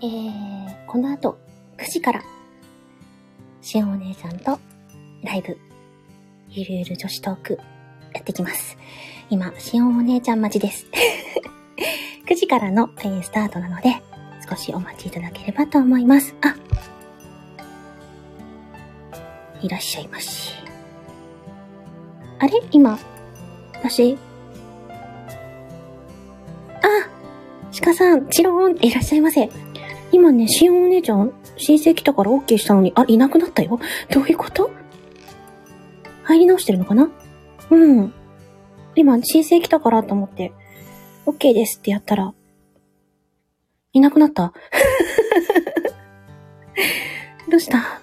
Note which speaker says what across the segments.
Speaker 1: えー、この後、9時から、しおんお姉さんとライブ、ゆるゆる女子トーク、やってきます。今、しおんお姉ちゃん待ちです。9時からの、えースタートなので、少しお待ちいただければと思います。あ、いらっしゃいまし。あれ今、私、あ、鹿さん、チローン、いらっしゃいませ。今ね、しおんお姉ちゃん、申請来たから OK したのに、あ、いなくなったよ。どういうこと入り直してるのかなうん。今、申請来たからと思って、OK ですってやったら、いなくなった。 どうした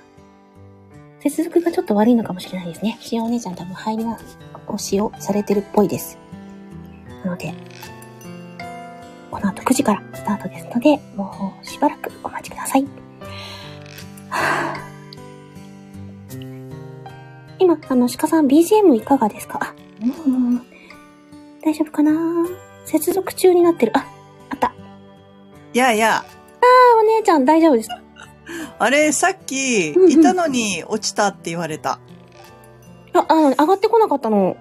Speaker 1: 接続がちょっと悪いのかもしれないですね。しおんお姉ちゃん多分入り直しをされてるっぽいです。なので、この後9時からスタートですので、もうしばらくお待ちください。 はぁ今、あの、鹿さん BGM いかがですかあ、うん、大丈夫かな接続中になってる。あ、あった。あ、
Speaker 2: やあや
Speaker 1: お姉ちゃん大丈夫です。
Speaker 2: あ、あれ、さっき、
Speaker 1: うんうん
Speaker 2: いたのに落ちたって言われた。
Speaker 1: あ、あの、上がってこなかったの。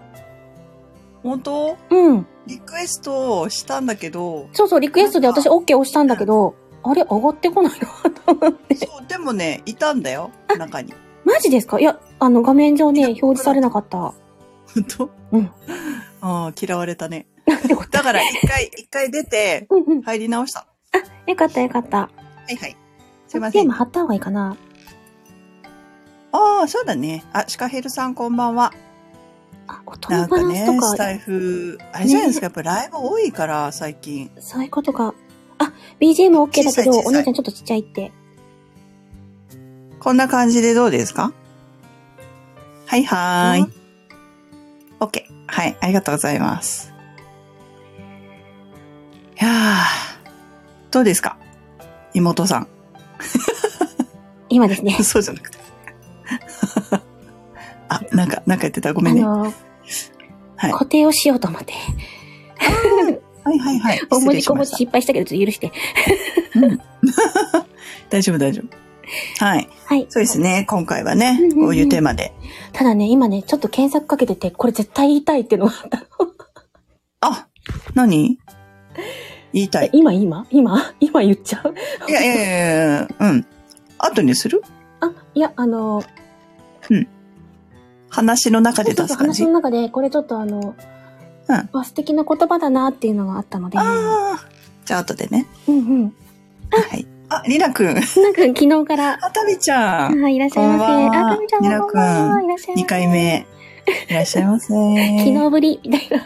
Speaker 2: 本当
Speaker 1: うん。
Speaker 2: リクエストをしたんだけど、
Speaker 1: そうそう、リクエストで私 OK 押したんだけど、あれ、上がってこないなと思って。
Speaker 2: そう、でもね、いたんだよ、中に。
Speaker 1: マジですかいや、あの、画面上ね、表示されなかった。
Speaker 2: 本当
Speaker 1: うん。
Speaker 2: ああ、嫌われたね。
Speaker 1: なんてこと
Speaker 2: だから、一 回、一回出て、
Speaker 1: うんうん。
Speaker 2: 入り直した。
Speaker 1: よかったよかった。
Speaker 2: はいはい。す
Speaker 1: テ
Speaker 2: いませ
Speaker 1: ー
Speaker 2: ん。
Speaker 1: マ
Speaker 2: あ
Speaker 1: 貼った方がいいかな
Speaker 2: あー、そうだね。あ、シカヘルさんこんばんは。
Speaker 1: あ、音の
Speaker 2: なん
Speaker 1: バ
Speaker 2: か
Speaker 1: ラン
Speaker 2: ね、
Speaker 1: ス
Speaker 2: ス
Speaker 1: とか、
Speaker 2: タイフ、あれじゃないですか、やっぱライブ多いから、最近。
Speaker 1: そういうことか。あ、BGMOK だけど、
Speaker 2: 小さい小さい
Speaker 1: お姉ちゃんちょっとちっちゃいって。
Speaker 2: こんな感じでどうですかはいはー
Speaker 1: う
Speaker 2: い。OK。はい。ありがとうございます。いやー、どうですか妹さ
Speaker 1: 今ですね
Speaker 2: ん。。 そうじゃなくて。あ、なんか、なんか言ってた。ごめ
Speaker 1: あ
Speaker 2: んね。
Speaker 1: の、
Speaker 2: はい
Speaker 1: 固定をしようと思って。
Speaker 2: はいはいはい。
Speaker 1: 大
Speaker 2: 失
Speaker 1: 文
Speaker 2: 礼
Speaker 1: 字
Speaker 2: し
Speaker 1: 小
Speaker 2: ま
Speaker 1: 文
Speaker 2: し
Speaker 1: 字
Speaker 2: た。
Speaker 1: 失敗したけど、ちょっと許して。
Speaker 2: 大丈夫大丈夫。はい。
Speaker 1: はい。
Speaker 2: そうです。ね。今回はね
Speaker 1: うんうんう、ん
Speaker 2: こういうテーマで。
Speaker 1: ただね、今ね、ちょっと検索かけてて、これ絶対言いたいっていうのがあった。
Speaker 2: あ、何言いたい。
Speaker 1: 今、今今 今言っちゃう
Speaker 2: いやいやいやいや、うん。後にする
Speaker 1: あ、いや、あの、
Speaker 2: 話の中
Speaker 1: そ
Speaker 2: で
Speaker 1: うそう
Speaker 2: 出
Speaker 1: そ
Speaker 2: す
Speaker 1: う
Speaker 2: 感
Speaker 1: 話
Speaker 2: じ
Speaker 1: の。中で、これちょっとあの、
Speaker 2: うん
Speaker 1: あ素敵な言葉だなっていうのがあったので、
Speaker 2: ああ。じゃあ後でね。
Speaker 1: うんうん。
Speaker 2: はい。あ、りなくん。
Speaker 1: なんか昨日から、
Speaker 2: あたみちゃん。
Speaker 1: はい、いらっしゃいませ。
Speaker 2: こんばんは
Speaker 1: あ、かみちゃんもこんばんは。いらっしゃいませ。
Speaker 2: 2回。目。いらっしゃいませ。
Speaker 1: 昨日ぶり、みたいな。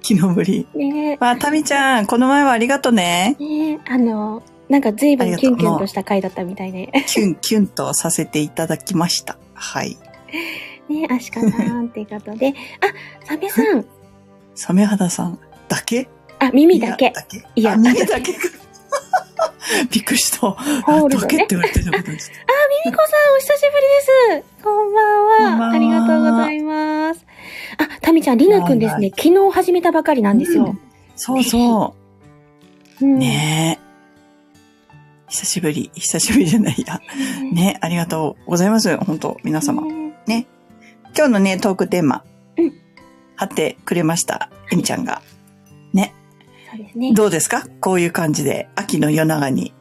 Speaker 2: 昨日ぶり。
Speaker 1: ね
Speaker 2: わあ、たみちゃん、この前はありがとね。
Speaker 1: え。ねえ、あの、なんか随
Speaker 2: あり
Speaker 1: 分
Speaker 2: が
Speaker 1: キ
Speaker 2: と
Speaker 1: ュ
Speaker 2: う
Speaker 1: ンキュンとした回だったみたい で。ね
Speaker 2: キュンキュンとさせていただきました。はい。
Speaker 1: え、アシカさんっていうことで。あ、サメさん。
Speaker 2: サメハダさんだけ
Speaker 1: あ、耳だけ。い
Speaker 2: い
Speaker 1: や
Speaker 2: や、耳だけか。 びっくりし
Speaker 1: ホ
Speaker 2: た。
Speaker 1: ールド
Speaker 2: だけっ
Speaker 1: ね
Speaker 2: て。言われてるのかと思って
Speaker 1: ミミコさん、お久しぶりです。こんばんは。
Speaker 2: こんばんは
Speaker 1: ありがとうございます。あ、タミちゃん、りなくんですね。昨日始めたばかりなんですよ。
Speaker 2: そうそ
Speaker 1: うん
Speaker 2: う。ねえ。久しぶり。久しぶりじゃないや。ね、ありがとうございます。本当皆様。
Speaker 1: ね
Speaker 2: 今日のね、トークテーマ。
Speaker 1: うん
Speaker 2: 貼ってくれました。えみちゃんが。
Speaker 1: そうですね。
Speaker 2: どうですかこういう感じで、秋の夜長に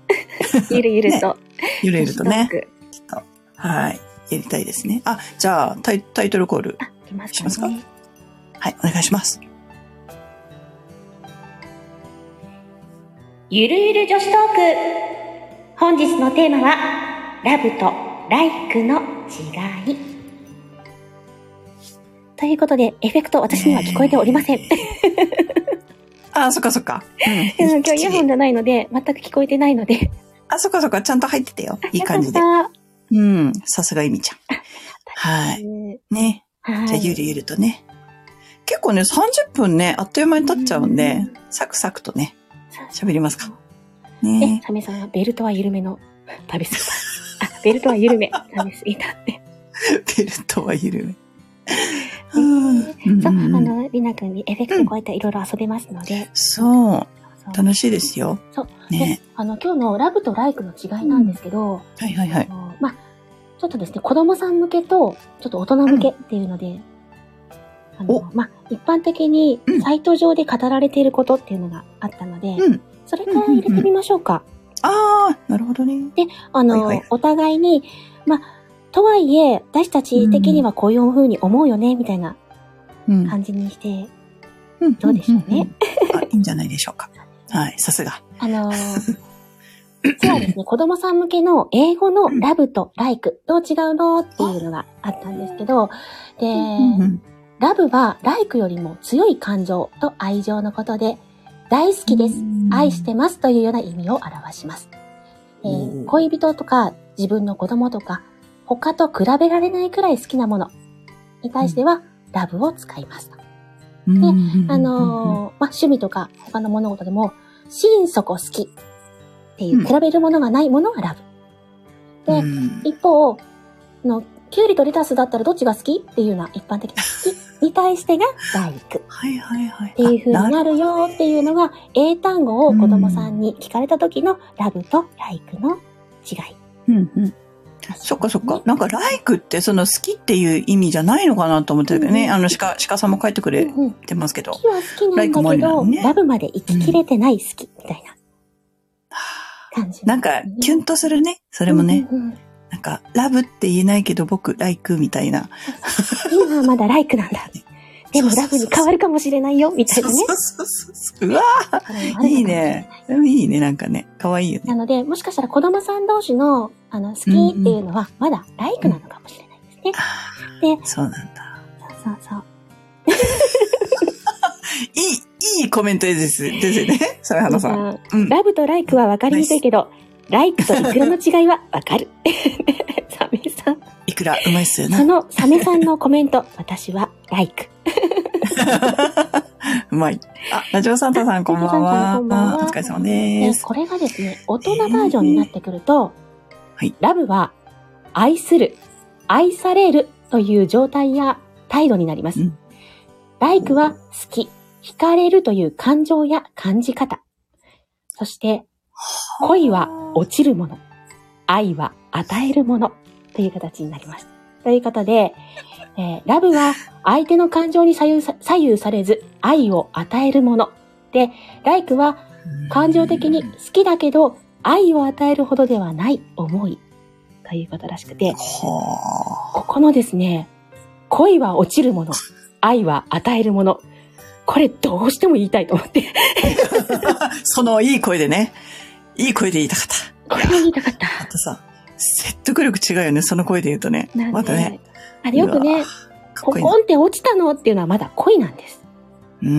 Speaker 1: ゆるゆると。
Speaker 2: 揺れるとね。
Speaker 1: トーク。
Speaker 2: はい。やりたいですね。あ、じゃあ、タイタイトルコール。
Speaker 1: あ、いきま
Speaker 2: しますす
Speaker 1: か
Speaker 2: か
Speaker 1: ね。
Speaker 2: はい、お願いします。
Speaker 1: ゆるゆる女子トーク。本日のテーマは、ラブとライクの違い。ということで、エフェクト私には聞こえておりま せん。
Speaker 2: あ、そっかそっか。う
Speaker 1: うん
Speaker 2: ん
Speaker 1: 今日イヤホンじゃないので、全く聞こえてないので。
Speaker 2: あ、そっかそっか。ちゃんと入っててよ。いい感じで
Speaker 1: よ。かっ
Speaker 2: うん。さすがえみちゃん。
Speaker 1: た
Speaker 2: は
Speaker 1: う
Speaker 2: い。
Speaker 1: ん
Speaker 2: ね。
Speaker 1: はい。
Speaker 2: じゃあ、ゆるゆるとね。結構ね、30分ね、あっという間に経っちゃうん
Speaker 1: う
Speaker 2: で
Speaker 1: ん、
Speaker 2: サクサクとね、
Speaker 1: さあ
Speaker 2: 喋りますか。
Speaker 1: え、
Speaker 2: ね。
Speaker 1: サメさんはベルトは緩めの 食べ過ぎた。あ、ベルトは緩め。食べ過ぎたって。
Speaker 2: ベルトは緩め。うんうん
Speaker 1: そう、あ
Speaker 2: うん
Speaker 1: の、りなくんにエフェクト加えていろいろ遊べますので、
Speaker 2: そう。
Speaker 1: そう
Speaker 2: 楽しいですよ。
Speaker 1: そう。
Speaker 2: ね
Speaker 1: であの、今日のラブとライクの違いなんですけど、
Speaker 2: はいはいはい
Speaker 1: あ。のまあ、ちょっとですね、子供さん向けと、ちょっと大人向けっていうので、あ
Speaker 2: お
Speaker 1: の、まあ、一般的に
Speaker 2: うん
Speaker 1: サイト上で語られていることっていうのがあったので、
Speaker 2: うん
Speaker 1: それから入れてみましょうか。
Speaker 2: ああ、なるほどね。
Speaker 1: あの、
Speaker 2: はいはい
Speaker 1: お互いに、まあ、とはいえ、私たち的にはこういう風に思うよね、みたいな
Speaker 2: うん。
Speaker 1: 感じにして、
Speaker 2: うん
Speaker 1: どうでしょうね。
Speaker 2: うんうんあいいんじゃないでしょうか。はい、さすが。
Speaker 1: あの ー、実はですね、子供さん向けの英語のラブとライク、どう違うのっていうのがあったんですけど、で、
Speaker 2: うんうん
Speaker 1: ラブはライクよりも強い感情と愛情のことで、大好きです、愛してますというような意味を表します。えー
Speaker 2: うん
Speaker 1: 恋人とか自分の子供とか、他と比べられないくらい好きなものに対しては、ラブを使います。
Speaker 2: うんうんうんうん
Speaker 1: あのーまあ、趣味とか他の物事でも、心底好きっていう、
Speaker 2: うん
Speaker 1: 比べるものがないものはラブ。で、
Speaker 2: うん
Speaker 1: 一方、の、キュウリとレタスだったらどっちが好きっていうのは一般的な好きに対してがライクっ
Speaker 2: はいはいはい。って
Speaker 1: いう風になるよっていうのが、英単語を子供さんに聞かれた時のラブとライクの違い。
Speaker 2: うんうん。そっかそっか。なんか、ライクって、その、好きっていう意味じゃないのかなと思ってるけど
Speaker 1: うん
Speaker 2: ね。
Speaker 1: うん
Speaker 2: あの、鹿、鹿さんも書いてく
Speaker 1: う
Speaker 2: れ
Speaker 1: んうん。好
Speaker 2: てますけど。
Speaker 1: きは好きなんだ
Speaker 2: ライ
Speaker 1: け
Speaker 2: クもあ
Speaker 1: ど、
Speaker 2: りなのね
Speaker 1: ラブまで行ききれてない好きみたいな感じ、
Speaker 2: なんか、キュンとするね。それもね。
Speaker 1: うんうんうん
Speaker 2: なんか、ラブって言えないけど、僕、ライクみたいな。
Speaker 1: 今はまだライク なんだ。でもラブに変わるかもしれないよ、みたい
Speaker 2: そう
Speaker 1: なね。
Speaker 2: そうそうそう。うわ
Speaker 1: あれもあるかも
Speaker 2: いいね。でもいいね、なんかね。かわいいよね。
Speaker 1: なので、もしかしたら子供さん同士の、あの、好きっていうのは、まだライクなのかもしれないですね。
Speaker 2: そうなんだ。
Speaker 1: そうそうそう。
Speaker 2: いい、いいコメントです。ですよね。 それ、花さん。
Speaker 1: う
Speaker 2: うん
Speaker 1: ん。ラブとライクは分かりにくいけど、ライクとイクラの違いは分かる。 サメさん。
Speaker 2: いくら、うまいっすよ
Speaker 1: そ
Speaker 2: な。
Speaker 1: のサメさんのコメント、私はライク。
Speaker 2: うまい。あ、ラジオサンタさん、こんばん
Speaker 1: ラジオサンタさん
Speaker 2: は。
Speaker 1: こんばんは
Speaker 2: お疲れ様
Speaker 1: で
Speaker 2: です。
Speaker 1: これがですね、大人バージョンになってくると、
Speaker 2: えーはい
Speaker 1: ラブは、愛する、愛されるという状態や態度になります。
Speaker 2: うん
Speaker 1: ライクは、好き、惹かれるという感情や感じ方。そして、恋は落ちるもの、愛は与えるものという形になります。ということで、えーラブは相手の感情に左右さ左右されず、愛を与えるもの。で、ライクは感情的に好きだけど、愛を与えるほどではない思い。ということらしくて、
Speaker 2: は
Speaker 1: ここのですね、恋は落ちるもの、愛は与えるもの。これどうしても言いたいと思って、
Speaker 2: あ。そのいい声でね。いい声で言いたか
Speaker 1: こ
Speaker 2: っ
Speaker 1: れ
Speaker 2: た。
Speaker 1: を言いたかった。
Speaker 2: あとさ、説得力違うよね。その声で言うとね。
Speaker 1: なんで、
Speaker 2: またね。
Speaker 1: あれよく
Speaker 2: う
Speaker 1: ね
Speaker 2: わ、か
Speaker 1: ポ
Speaker 2: っこいいな。
Speaker 1: コンって落ちたのっていうのはまだ恋なんです。
Speaker 2: うー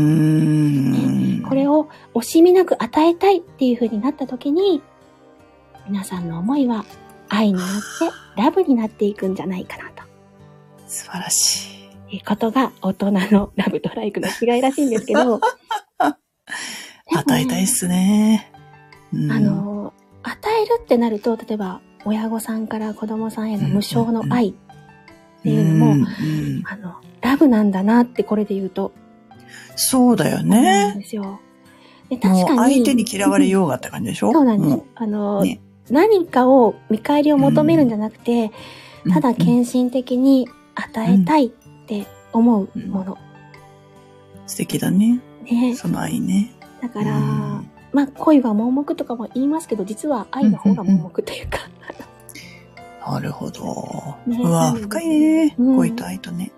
Speaker 2: ん。
Speaker 1: これを惜しみなく与えたいっていう風になった時に、皆さんの思いは愛になって、ラブになっていくんじゃないかなと。
Speaker 2: 素晴らしい。
Speaker 1: いうことが大人のラブとライクの違いらしいんですけ ど、
Speaker 2: 与えたいっすね。うん
Speaker 1: あ、の、与えるってなると、例えば親御さんから子供さんへの無償の愛っていうのも、
Speaker 2: んん
Speaker 1: あの、ラブなんだなってこれで言うと
Speaker 2: そうだよ
Speaker 1: 思うん
Speaker 2: ね。
Speaker 1: ですよ。で確
Speaker 2: もう
Speaker 1: かに、
Speaker 2: 相手に嫌われようがって感じでしょ
Speaker 1: そうなんです。
Speaker 2: も
Speaker 1: あの、
Speaker 2: ね
Speaker 1: 何かを見返りを求めるんじゃなくて、
Speaker 2: う
Speaker 1: ただ
Speaker 2: うん
Speaker 1: 献身的に与えたいって思うもの。
Speaker 2: 素敵だね。
Speaker 1: ね。
Speaker 2: その愛ね。
Speaker 1: だから、
Speaker 2: うん
Speaker 1: まあ恋は盲目とかも言いますけど、実は愛の方が盲目というか、
Speaker 2: なるほど。
Speaker 1: ね
Speaker 2: うわ、深いね。
Speaker 1: うん
Speaker 2: 恋と愛とね。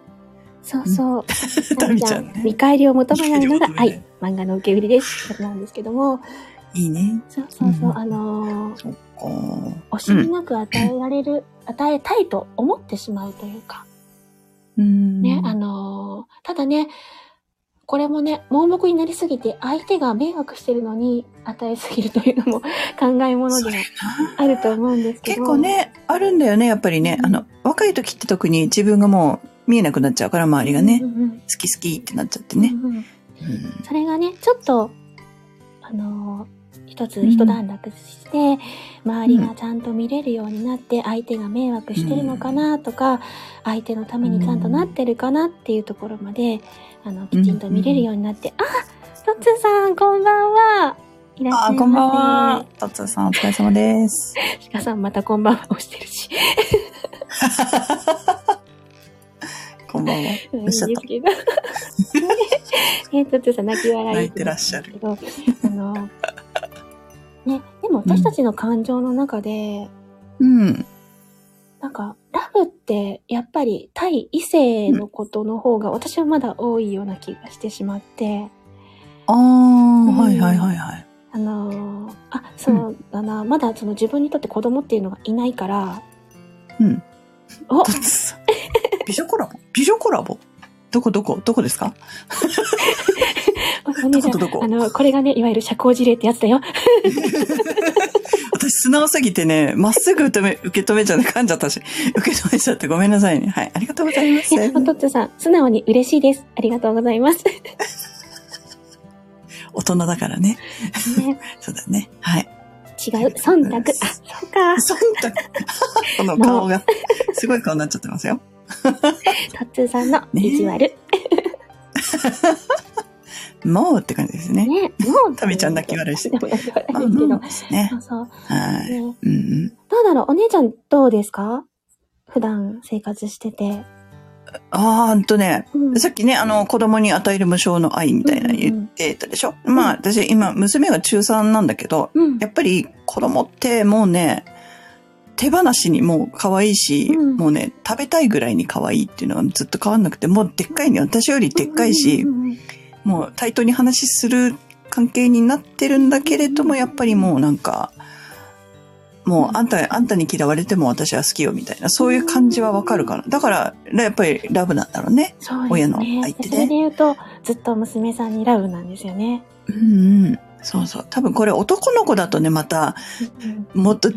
Speaker 1: そうそう。
Speaker 2: タミちゃんね
Speaker 1: 見返りを求めないのが
Speaker 2: 見返りを
Speaker 1: 愛
Speaker 2: 求。
Speaker 1: 漫画の受け売りです。それなんですけども、
Speaker 2: いいね。
Speaker 1: そうそうそう、
Speaker 2: うん
Speaker 1: あのー、
Speaker 2: そっか。
Speaker 1: 惜しみなく与えられる、与えたいと思ってしまうというか、
Speaker 2: うん。
Speaker 1: ね、あのー、ただね、これもね、盲目になりすぎて、相手が迷惑してるのに与えすぎるというのも 考えもの
Speaker 2: そ
Speaker 1: で
Speaker 2: れ
Speaker 1: は
Speaker 2: な
Speaker 1: あると思うんですけど。
Speaker 2: 結構。ね、あるんだよね、やっぱりね。あの、若い時って特に自分がもう見えなくなっちゃうから、周りがね、
Speaker 1: う
Speaker 2: 好
Speaker 1: んうん
Speaker 2: き好きってなっちゃって
Speaker 1: うん、
Speaker 2: ね。
Speaker 1: うんうん
Speaker 2: うん
Speaker 1: それがね、ちょっと、あのー一つ一段落して、周りがちゃんと見れるようになって、相手が迷惑してるのかなとか、相手のためにちゃんとなってるかなっていうところまで、あの、きちんと見れるようになって、あ、とっつーさん、こんばんは。いらっしゃいま
Speaker 2: あ
Speaker 1: せ。
Speaker 2: ー、こんばんは。。たつさんお疲れ様です。
Speaker 1: 鹿さんまたこんばんは押してるし。
Speaker 2: こんばんは。
Speaker 1: うんいい
Speaker 2: っ
Speaker 1: で
Speaker 2: しゃ
Speaker 1: す
Speaker 2: った
Speaker 1: けど。 えっと、つーさん泣き笑い。
Speaker 2: 泣いてらっしゃる。
Speaker 1: けど、あの、 ね、でも私たちの感情の中で、
Speaker 2: うん。
Speaker 1: なんか、ラブって、やっぱり対異性のことの方が、私はまだ多いような気がしてしまって、
Speaker 2: ああ、はいはいはいはい。
Speaker 1: あのーあ、そうだな、まだその自分にとって子供っていうのがいないから、
Speaker 2: うん。
Speaker 1: お
Speaker 2: たつさん。美女コラボ美女コラボどこどこどこですか
Speaker 1: お姉ちゃん、
Speaker 2: どこどこ
Speaker 1: あの、これがね、いわゆる社交辞令ってやつだよ。
Speaker 2: 私素直すぎてね、まっすぐ受け止め、受け止めちゃって噛んじゃったし、受け止めちゃってごめんなさいね。はい。ありがとうございます。
Speaker 1: いや、トッツーさん、素直に嬉しいです。ありがとうございます。
Speaker 2: 大人だからね。
Speaker 1: ね
Speaker 2: そうだね。はい。
Speaker 1: 違う、忖度。あ、そうか。
Speaker 2: そんたこの顔が、すごい顔になっちゃってますよ。
Speaker 1: トッツーさんのビジュアル。
Speaker 2: もうって感じですね。
Speaker 1: ね、もう。
Speaker 2: タミちゃん泣き笑いして
Speaker 1: で も泣き笑い
Speaker 2: まあ、
Speaker 1: け
Speaker 2: も
Speaker 1: ど
Speaker 2: う。ですね
Speaker 1: そ。うそう。
Speaker 2: はい。
Speaker 1: ね
Speaker 2: うんうん。
Speaker 1: どうだろうお姉ちゃんどうですか普段生活してて。
Speaker 2: ああ、ほんとね。
Speaker 1: うん
Speaker 2: さっきね、あの、子供に与える無償の愛みたいな言ってたでしょ、まあ、私、今、娘が中3なんだけど、
Speaker 1: うん
Speaker 2: やっぱり子供ってもうね、手放しにもう可愛いし、
Speaker 1: うん
Speaker 2: もうね、食べたいぐらいに可愛いっていうのはずっと変わんなくて、もうでっかいね、私よりでっかいし、
Speaker 1: うんうんうん
Speaker 2: もう対等に話する関係になってるんだけれども、やっぱりもうなんか、もうあんた、あんたに嫌われても私は好きよみたいな、そういう感じはわかるから。だから、やっぱりラブなんだろうね。
Speaker 1: そうですね
Speaker 2: 親の相手で
Speaker 1: それで言うと、ずっと娘さんにラブなんですよね。
Speaker 2: うんうん。そうそう。多分これ男の子だとね、また、
Speaker 1: うん
Speaker 2: もっと違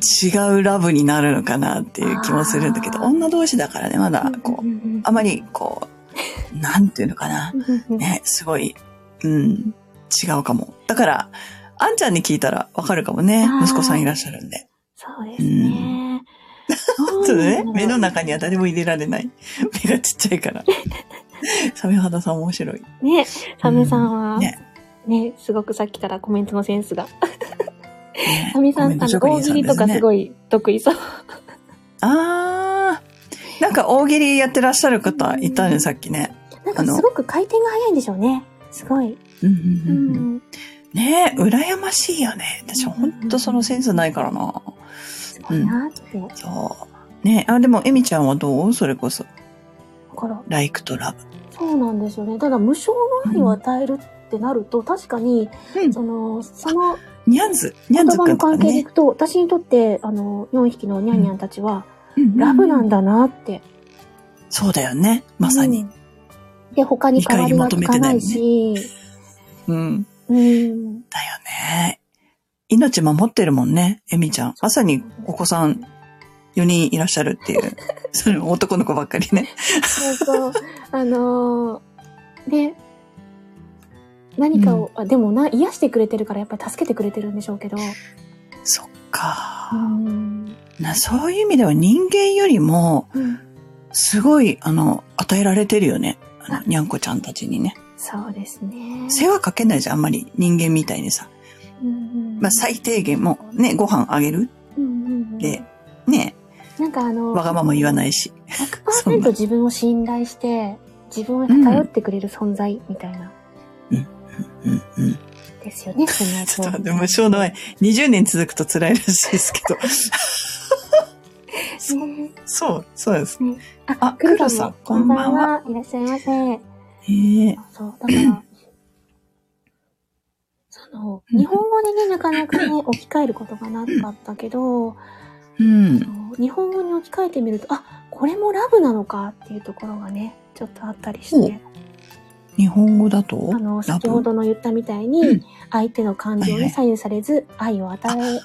Speaker 2: うラブになるのかなっていう気もするんだけど、
Speaker 1: あー
Speaker 2: 女同士だからね、まだ、こ
Speaker 1: う
Speaker 2: う、
Speaker 1: んうん
Speaker 2: あまり、こう、なんていうのかな。
Speaker 1: うんうん
Speaker 2: ね、すごい、うん、違うかも。だから、あんちゃんに聞いたらわかるかもね
Speaker 1: あ。ー
Speaker 2: 息子さんいらっしゃるんで。
Speaker 1: そうですね。
Speaker 2: ちょっとね、目の
Speaker 1: 中。
Speaker 2: 中には誰も入れられない。目がちっちゃい から。サメ肌さん面白い。
Speaker 1: ね、サメさんは、
Speaker 2: うん
Speaker 1: ね
Speaker 2: ね
Speaker 1: すごくさっきからコメントのセンスが。
Speaker 2: ね
Speaker 1: サメさ
Speaker 2: コメン
Speaker 1: ん、
Speaker 2: ト
Speaker 1: あの、
Speaker 2: 職
Speaker 1: 大
Speaker 2: 人
Speaker 1: 喜
Speaker 2: さ
Speaker 1: 利とか
Speaker 2: んでね
Speaker 1: すごい得意そう。
Speaker 2: あー。なんか大喜利やってらっしゃる方いたね、さっきね。
Speaker 1: なんかすごく回転が早いんでしょうね。すごい。
Speaker 2: うんう
Speaker 1: う
Speaker 2: んうんうん
Speaker 1: ん。
Speaker 2: ねえ、羨ましいよね。私ほんとそのセンスないからな。
Speaker 1: すごいなって。だ
Speaker 2: そう。ねえ、あ、でも、エミちゃんはどうそれこそ、
Speaker 1: から、
Speaker 2: ライクとラブ。
Speaker 1: そうなんですよね。ただ、無償の愛を与えるってなると、確かに、
Speaker 2: うん
Speaker 1: その、その
Speaker 2: ニャンズ、ニャン
Speaker 1: 言
Speaker 2: ズ
Speaker 1: 葉
Speaker 2: く
Speaker 1: の
Speaker 2: んとか
Speaker 1: 関係でい
Speaker 2: ね。
Speaker 1: くと、私にとって、あの、4匹のニャンニャンたちは、ラ
Speaker 2: ラ
Speaker 1: ブなん。だなって。
Speaker 2: そうだよね。まさ
Speaker 1: う
Speaker 2: に。
Speaker 1: ん。で、他に代わりがつかないし、
Speaker 2: うん。
Speaker 1: うん。
Speaker 2: だよね。命守ってるもんね、エミちゃん。まさにお子さん4人いらっしゃるっ ていう。それも男の子ばっかりね。
Speaker 1: そうそう。あのー、で、何かを、あでもな、癒してくれてるから、やっぱり助けてくれてるんでしょうけど。
Speaker 2: そっか。
Speaker 1: ん。
Speaker 2: なそういう意味では人間よりも、
Speaker 1: うん
Speaker 2: すごい、あの、与えられてるよね。あ
Speaker 1: あ
Speaker 2: の、にゃんこちゃんたちにね。
Speaker 1: そうですね。
Speaker 2: 世話かけないじゃん、あんまり人間みたいにさ。
Speaker 1: うん
Speaker 2: まあ、最低限も、ね、ご飯あげる
Speaker 1: うんうんうん
Speaker 2: で、ね、
Speaker 1: なんかあの、
Speaker 2: わがまま言わないし。そん
Speaker 1: 100%
Speaker 2: な
Speaker 1: 自分を信頼して、自分を頼ってくれる存在みたいな、
Speaker 2: うんうん。
Speaker 1: ですよね、その
Speaker 2: ちょっと待って、無償の愛。20年続くと辛いらしいですけど。
Speaker 1: そうね
Speaker 2: そう、そうです。
Speaker 1: あ
Speaker 2: あ、黒さん
Speaker 1: 黒も
Speaker 2: こんばんは。
Speaker 1: いらっしゃいませ。
Speaker 2: へえ。
Speaker 1: そう、だから、その、日本語でね、なかなかね、置き換えることがなかったけど、
Speaker 2: うん。
Speaker 1: 日本語に置き換えてみると、あ、これもラブなのかっていうところがね、ちょっとあったりして、
Speaker 2: 日本語だと
Speaker 1: あの、
Speaker 2: ラ
Speaker 1: 先
Speaker 2: ブ
Speaker 1: ほどの言ったみたいに、
Speaker 2: うん
Speaker 1: 相手の感情
Speaker 2: はいは
Speaker 1: に
Speaker 2: い
Speaker 1: 左右されず、愛を与え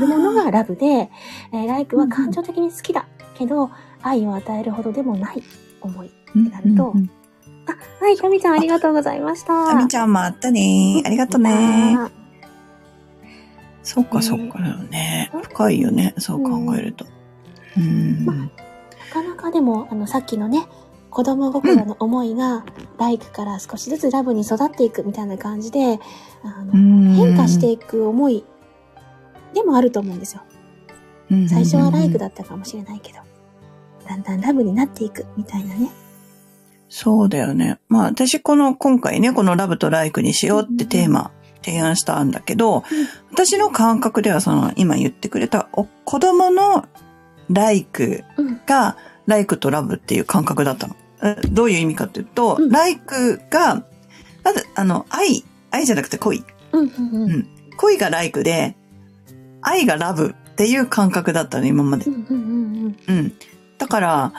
Speaker 1: るなのがラブで、えーライクは感情的に好きだけど、愛を与えるほどでもない思い。
Speaker 2: に
Speaker 1: なるとはい、タミちゃんありがとうございました。
Speaker 2: あみちゃんもあったね。ありがとね。
Speaker 1: あ
Speaker 2: そっかそっかだよね。深いよね。そう考えると。うん。
Speaker 1: なかなかでも、あの、さっきのね、子供心の思いが、ライクから少しずつラブに育っていくみたいな感じで、あの、変化していく思いでもあると思うんですよ。最初はライクだったかもしれないけど、だんだんラブになっていくみたいなね。
Speaker 2: そうだよね。まあ私この今回ね、このラブとライクにしようってテーマ提案したんだけど、私の感覚ではその今言ってくれたお子供のライク
Speaker 1: うん。
Speaker 2: がライクとラブっていう感覚だったの。えどういう意味かっていうと、
Speaker 1: うん
Speaker 2: ライクが、まずあの愛、愛じゃなくて恋。
Speaker 1: うん、うん、うん。
Speaker 2: 恋がライクで、愛がラブっていう感覚だったの、今まで
Speaker 1: う。ん、うん、うん。
Speaker 2: うん。だから、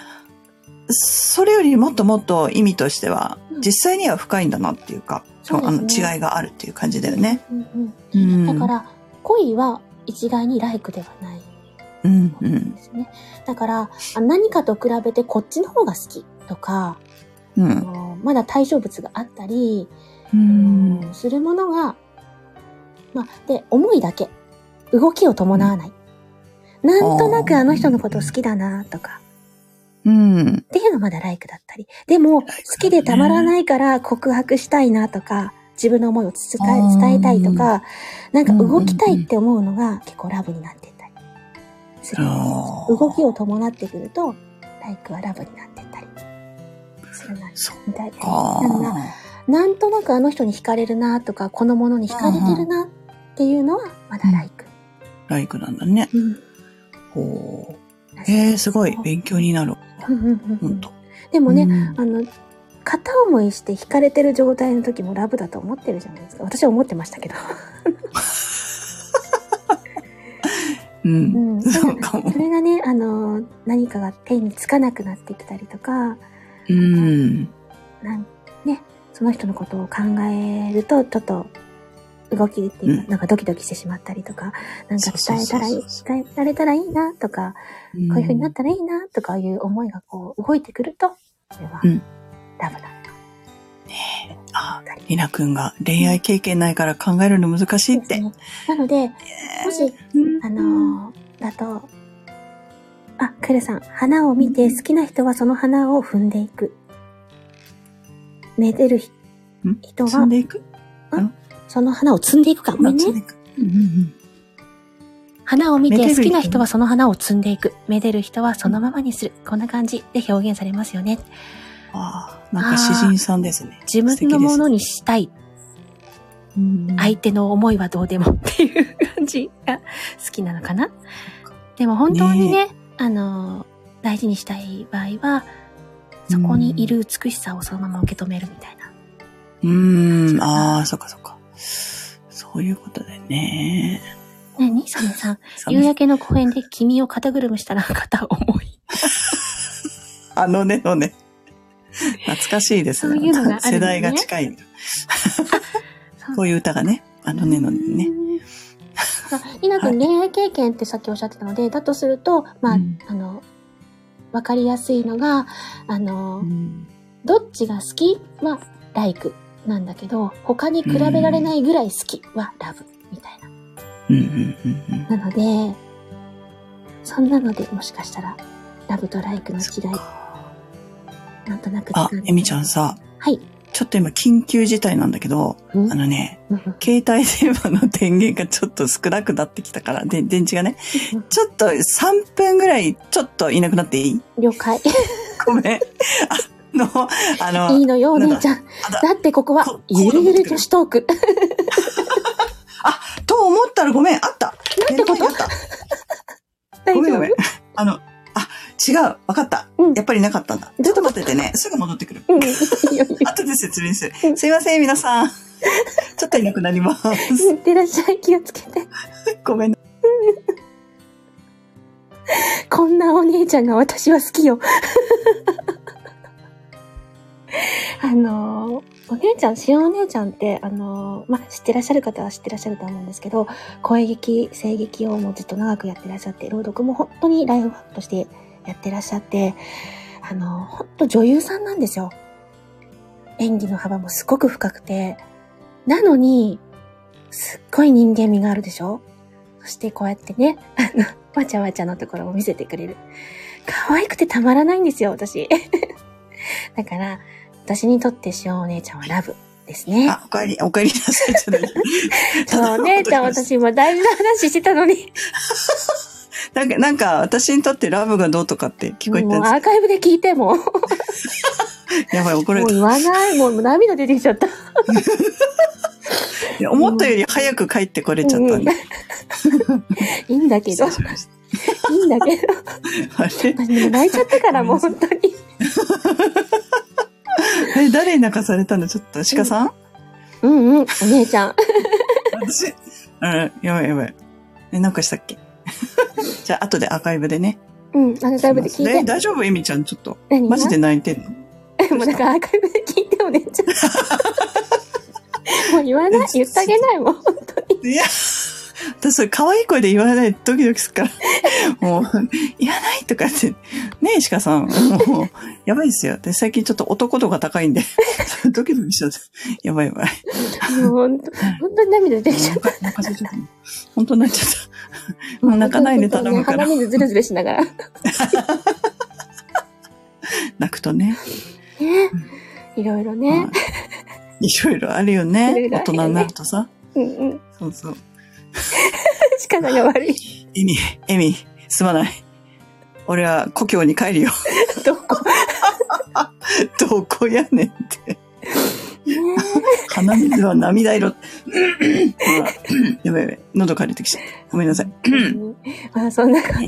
Speaker 2: それよりもっともっと意味としては
Speaker 1: うん、
Speaker 2: 実際には深いんだなっていうか、
Speaker 1: そうですね
Speaker 2: あの違いがあるっていう感じだよね。
Speaker 1: うん、
Speaker 2: うん。
Speaker 1: うん。だから、恋は一概にライクではない。
Speaker 2: うん、う
Speaker 1: なん
Speaker 2: ん
Speaker 1: ですね。だから、あ何かと比べてこっちの方が好きとか、
Speaker 2: う
Speaker 1: あ
Speaker 2: ん。
Speaker 1: のまだ対象物があったり、
Speaker 2: う
Speaker 1: あ
Speaker 2: ん。
Speaker 1: のするものが、まあ、で、思いだけ。動きを伴わない。なんとなくあの人のこと好きだなとか、
Speaker 2: うん。
Speaker 1: っていうのはまだライクだったり。でも、好きでたまらないから告白したいなとか、自分の思いを伝え伝えたいとか、なんか動きたいって思うのが結構ラブになっていったりするんですよ。
Speaker 2: あー
Speaker 1: 動きを伴ってくると、ライクはラブになってったりするな、
Speaker 2: そっ
Speaker 1: みたいな。
Speaker 2: か
Speaker 1: だからなんとなくあの人に惹かれるなとか、このものに惹かれてるなっていうのは、まだライク。
Speaker 2: ライクなんだね。
Speaker 1: うん。
Speaker 2: ほう。えー、すごい勉強になる。
Speaker 1: うんうんう
Speaker 2: ほん
Speaker 1: ん
Speaker 2: と。
Speaker 1: でも
Speaker 2: う
Speaker 1: ね、
Speaker 2: ん
Speaker 1: あの、片思いして惹かれてる状態の時もラブだと思ってるじゃないですか。私は思ってましたけど。
Speaker 2: う
Speaker 1: う。
Speaker 2: ん
Speaker 1: ん。
Speaker 2: そうか も
Speaker 1: そ。れがね、あの、何かが手につかなくなってきたりとか、
Speaker 2: うん。
Speaker 1: なんね、その人のことを考えると、ちょっと、動きっていうか、
Speaker 2: うん
Speaker 1: なんかドキドキしてしまったりとか、なんか伝えたらい
Speaker 2: そう
Speaker 1: い
Speaker 2: そうそう、
Speaker 1: 伝えられたらいいなとか、こういう風になったらいいなとかいう思いがこう動いてくると、それは
Speaker 2: うん、
Speaker 1: ラブな
Speaker 2: あ
Speaker 1: ったり
Speaker 2: りなくんが恋愛経験ないから考えるの難しいっ
Speaker 1: です
Speaker 2: て。
Speaker 1: ね。なので、もし、
Speaker 2: うん
Speaker 1: あのーだと、あ、クルさん、花を見て好きな人はその花を踏んでいく。めでるひ
Speaker 2: ん
Speaker 1: 人
Speaker 2: 進
Speaker 1: は
Speaker 2: んでいく
Speaker 1: その花を摘んでいくか。ごめんね
Speaker 2: 進ん。でいくうんうんうん
Speaker 1: 花を見
Speaker 2: めで
Speaker 1: て
Speaker 2: る人
Speaker 1: 好きな人はその花を摘んでいく。めでる人はそのままにする。こんな感じで表現されますよね。
Speaker 2: ああ、なんか詩人さんですね。
Speaker 1: 自分のものにしたい。相手の思いはどうでもっていう感じが好きなのかな。でも本当にね、あの、大事にしたい場合は、そこにいる美しさをそのまま受け止めるみたいな。
Speaker 2: うん。うん、ああ、そっかそっか。そういうことだよね。
Speaker 1: ね、ニーソンさん、
Speaker 2: さ
Speaker 1: 夕焼けの公園で君を肩車したら肩重い。
Speaker 2: あのねのね。懐かしいですね。
Speaker 1: そういうのがあるのね
Speaker 2: 世代が近い。こういう歌がね。あのねのねね。
Speaker 1: うん。あ稲君、恋愛経験ってさっきおっしゃってたので、だとすると、まあ、
Speaker 2: うん
Speaker 1: あの、わかりやすいのが、あの、
Speaker 2: うん
Speaker 1: どっちが好きはライクなんだけど、他に比べられないぐらい好きはラブみたい
Speaker 2: うんうんうん
Speaker 1: な。なので、そんなのでもしかしたら、ラブとライクの
Speaker 2: うん。
Speaker 1: 違
Speaker 2: そっ
Speaker 1: い、
Speaker 2: か
Speaker 1: なんとなく
Speaker 2: あ
Speaker 1: 掴ん、で
Speaker 2: エミちゃん。さ、
Speaker 1: はい。
Speaker 2: ちょっと今緊急事態なんだけど、
Speaker 1: うん
Speaker 2: あのね、
Speaker 1: うん
Speaker 2: 携帯電話の電源がちょっと少なくなってきたから、で電池がね。ちょっと3分ぐらいちょっといなくなっていい
Speaker 1: 了解。
Speaker 2: ごめん。あの、あ
Speaker 1: い
Speaker 2: の
Speaker 1: い、のよ、お
Speaker 2: なんだ
Speaker 1: 姉ちゃん。
Speaker 2: あだ
Speaker 1: だってここは
Speaker 2: こ、
Speaker 1: ゆるゆる女子トーク。
Speaker 2: と思ったらごめん、あった。
Speaker 1: なんてこと
Speaker 2: 寝る前にあった。
Speaker 1: 大
Speaker 2: ごめん
Speaker 1: 丈
Speaker 2: ご
Speaker 1: 夫
Speaker 2: めん。あの、あ、違う、わかった
Speaker 1: うん。
Speaker 2: やっぱりなかったんだ。ちょっと待っててね、すぐ戻ってくる。
Speaker 1: うん、いいよいいよ
Speaker 2: 後で説明する
Speaker 1: う。ん
Speaker 2: すいません、皆さ ん。ちょっといなくなります。
Speaker 1: いってらっしゃい、気をつけて。
Speaker 2: ごめん。
Speaker 1: こんなお姉ちゃんが私は好きよ。あのー、お姉ちゃん、しお姉ちゃんって、あのー、まあ、知ってらっしゃる方は知ってらっしゃると思うんですけど、声劇、声劇をもうずっと長くやってらっしゃって、朗読も本当にライフワークとしてやってらっしゃって、あのー、本当女優さんなんですよ。演技の幅もすごく深くて、なのに、すっごい人間味があるでしょそしてこうやってね、あの、わちゃわちゃのところを見せてくれる。可愛くてたまらないんですよ、私。 だから、私にとってしおお姉ちゃんはラブですね。
Speaker 2: あ、おかえり、おかえりなさいじゃない。
Speaker 1: そう、お姉ちゃん私今大事な話してたのに、
Speaker 2: なんか、なんか、私にとってラブがどうとかって聞こえ
Speaker 1: も
Speaker 2: た
Speaker 1: うん
Speaker 2: で
Speaker 1: アーカイブで聞いても、も
Speaker 2: すけどやばい、怒ら
Speaker 1: う
Speaker 2: れた。
Speaker 1: 言わ ない、もう涙出てきちゃった。
Speaker 2: いや思ったより早く帰ってこれちゃったんで。
Speaker 1: いいんだけど、い
Speaker 2: 失礼しまし
Speaker 1: いんだけど、
Speaker 2: たあれ
Speaker 1: 私もう泣いちゃったからもう本当に。
Speaker 2: え、誰に泣かされたのちょっと、鹿さん
Speaker 1: うんうん、お姉ちゃん。
Speaker 2: 私、うん、やばいやばい。え、なんかしたっけ じゃあ、後でアーカイブでね。
Speaker 1: うん、アーカイブで聞い
Speaker 2: え
Speaker 1: て。
Speaker 2: 大丈夫エミちゃん、ちょっと。
Speaker 1: 何が
Speaker 2: マジで泣いてんの
Speaker 1: もうなんかアーカイブで聞いてお姉ちゃん。もう言わない、言ってあげないもん。
Speaker 2: いや、私それ可愛い声で言わないとドキドキす るから、もう、いらないとかって、ねえ、シカさん、もう、やばいですよ。で、最近ちょっと男度が 高いんで、ドキドキしちゃう。やばいやばい。
Speaker 1: もう本当、本当に涙出てきちゃった。
Speaker 2: 泣かせちゃった本当になっちゃった。もう泣かないで頼むから
Speaker 1: 鼻。水ずるずるしながら。ね
Speaker 2: 泣くとね。
Speaker 1: いろいろ
Speaker 2: ま
Speaker 1: ね
Speaker 2: あ。いろいろあるよね。
Speaker 1: いろいろ
Speaker 2: 大
Speaker 1: あるよね
Speaker 2: 人になるとさ。
Speaker 1: うんうん。
Speaker 2: そうそう。
Speaker 1: しかないが悪い。
Speaker 2: エミ、エミ、すまない。俺は故郷に帰るよ。
Speaker 1: どこ
Speaker 2: どこやねんって。
Speaker 1: ね
Speaker 2: 鼻水は涙色。ほらやばいやばい。喉枯れてきちゃった。ごめんなさい。
Speaker 1: まあそんな感じ。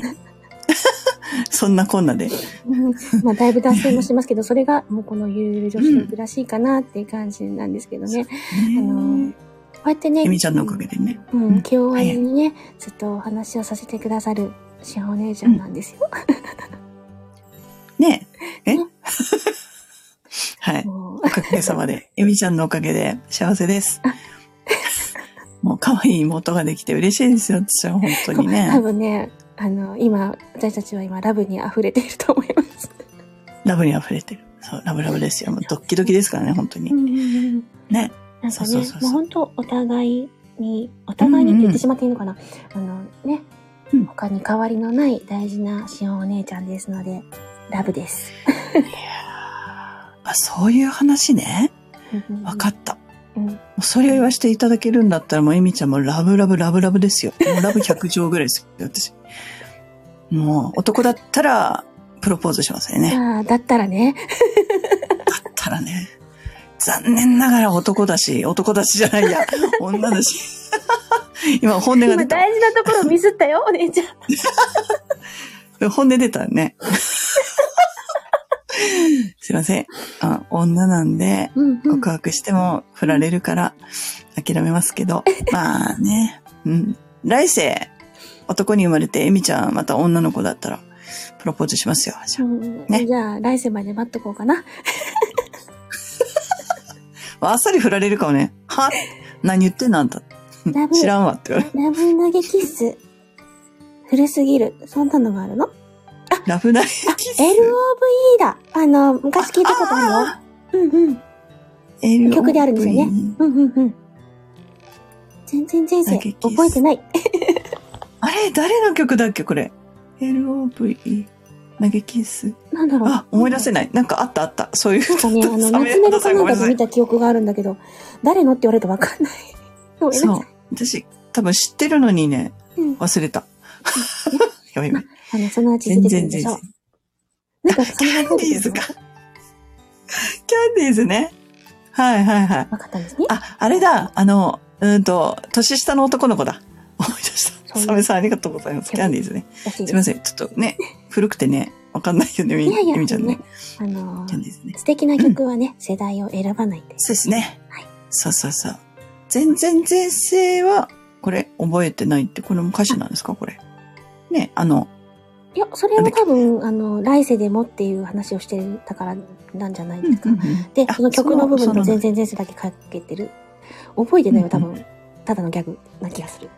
Speaker 2: そんなこんなで。
Speaker 1: うん まあだいぶ脱線もしますけど、それがもうこのゆる女子力らしいかなっていう感じなんですけどね。のこうやってね。
Speaker 2: えみちゃんのおかげでね。
Speaker 1: う、
Speaker 2: うんん
Speaker 1: 気を合いにね、ずっとお話をさせてくださる、しお姉ちゃんなんですよ。
Speaker 2: ねえ。え
Speaker 1: ね
Speaker 2: はい。
Speaker 1: もう
Speaker 2: おかげさまで。えみちゃんのおかげで幸せです。もう可愛い妹ができて嬉しいですよ。私は本当に
Speaker 1: 多
Speaker 2: ね。
Speaker 1: 分ね、あの、今、私たちは今、ラブに溢れていると思います。
Speaker 2: ラブに溢れてる。そう、ラブラブですよ。もうドッキドキですからね、本当に。
Speaker 1: ん。
Speaker 2: ね。
Speaker 1: なん
Speaker 2: そ
Speaker 1: か
Speaker 2: うそ
Speaker 1: ね
Speaker 2: うそう、
Speaker 1: も
Speaker 2: そう
Speaker 1: う本当お互いに、お互いにって言ってしまっていいのかな。あのね
Speaker 2: うん、
Speaker 1: 他に変わりのない大事なしおお姉ちゃんですので、ラブです。
Speaker 2: あ、そういう話ね。わかった。
Speaker 1: うん
Speaker 2: もうそれを言わせていただけるんだったら、もうエミちゃんもラブラブラブラブですよ。もうラブ100条ぐらいですよ、私。もう、男だったら、プロポーズしますよね。
Speaker 1: ああ、だったらね、
Speaker 2: だったらね。残念ながら男だし、男だしじゃないや、女だし。 今、本音が
Speaker 1: 今
Speaker 2: 出た。
Speaker 1: 大事なところミスった よ、お姉ちゃん。
Speaker 2: 本音出たね。すいません。あ女なんで、
Speaker 1: うんうん
Speaker 2: 告白しても振られるから諦めますけ ど。まあね。うん。来世、男に生まれて、エミちゃんまた女の子だったら、プロポーズしますよ。じゃ
Speaker 1: うん
Speaker 2: ね
Speaker 1: じゃあ、来世まで待っとこうかな。
Speaker 2: ああっさり振られるかもね。は何言ってんのあんた。
Speaker 1: ラブ
Speaker 2: 知らんわって言われる。
Speaker 1: ラブ投げキッス。古すぎる。そんなのがあるの
Speaker 2: ラフナイキス。
Speaker 1: ?LOVE だ。あの、昔聞いたことあるよ。うんうん。
Speaker 2: LOV
Speaker 1: 曲であるんですよね。うんうんうん。全然前世
Speaker 2: 投げキッス
Speaker 1: 覚えてない。
Speaker 2: あれ誰の曲だっけこれ。LOV、投げキス。
Speaker 1: なんだろう。
Speaker 2: あ、思い出せない。なんかあったあった。そういう。
Speaker 1: なんかね、あの、
Speaker 2: ダメ
Speaker 1: 夏メロかなん
Speaker 2: ごめ
Speaker 1: か
Speaker 2: んなさ
Speaker 1: で
Speaker 2: い
Speaker 1: 見た記憶があるんだけど、誰のって言われるとわかんない。ごめんなさい
Speaker 2: そう。。私、多分知ってるのにね、
Speaker 1: うん
Speaker 2: 忘 れた。やばいやばい。
Speaker 1: あの、そのうち出
Speaker 2: 全
Speaker 1: てくる
Speaker 2: 然
Speaker 1: んで
Speaker 2: 全
Speaker 1: しょ
Speaker 2: 然
Speaker 1: う。。なんか、そ
Speaker 2: キ
Speaker 1: の
Speaker 2: ャンディー ズか。キャンディーズね。はいはいはい。
Speaker 1: わかったんですね。
Speaker 2: あ、あれだ。あの、うーんと、年下の男の子だ。 思い出した。
Speaker 1: そう
Speaker 2: サメさんありがとうございます。
Speaker 1: キ
Speaker 2: キ
Speaker 1: ャ
Speaker 2: ャ
Speaker 1: ン
Speaker 2: ン
Speaker 1: デ
Speaker 2: デ
Speaker 1: ィ
Speaker 2: ィ
Speaker 1: ー
Speaker 2: ーズね。
Speaker 1: らしい
Speaker 2: す
Speaker 1: で。
Speaker 2: いますせん。ちょっとね、古くてね、わかんないよね、
Speaker 1: い
Speaker 2: み
Speaker 1: やいや
Speaker 2: ゆみちゃんね。
Speaker 1: あの
Speaker 2: キャン
Speaker 1: ー、
Speaker 2: ディーズね。
Speaker 1: 素敵な曲はね、世代を選ばないって。
Speaker 2: そうですね。
Speaker 1: はい
Speaker 2: そうそうそう。全然前世は、これ覚えてないって、これも歌詞なんですかこれ。ね、あの、
Speaker 1: いや、それは多分、あの、来世でもっていう話をしてたからなんじゃないですか。で、
Speaker 2: あ
Speaker 1: その曲の部分の
Speaker 2: そ
Speaker 1: 全
Speaker 2: う
Speaker 1: 然前世だけかけてる。覚えてないよ、
Speaker 2: う
Speaker 1: 多
Speaker 2: んう
Speaker 1: 分。ただのギャグな気がする。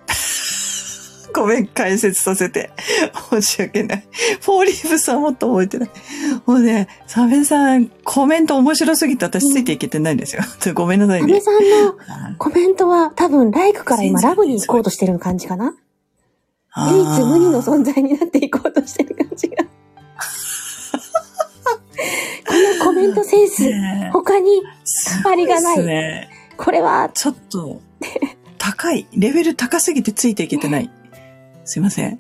Speaker 2: ごめん、解説させて。申し訳ない。フォーリーブさんもっと覚えてない。もうね、サメさん、コメント面白すぎて私ついていけてないんですよ。ちょっとごめんなさい
Speaker 1: サメ
Speaker 2: ね。
Speaker 1: さんの
Speaker 2: あ
Speaker 1: コメントは多分、ライクから今、
Speaker 2: 全然
Speaker 1: ラブに行こうとしてる感じかな
Speaker 2: ー
Speaker 1: 唯一無二の存 在になっていこうとしてる感じが。このコメンントセンス、
Speaker 2: ね
Speaker 1: 他に、
Speaker 2: す
Speaker 1: ありがない
Speaker 2: ごっすね。
Speaker 1: これは、
Speaker 2: ちょっと、高い。レベル高すぎてついていけてない。すいません。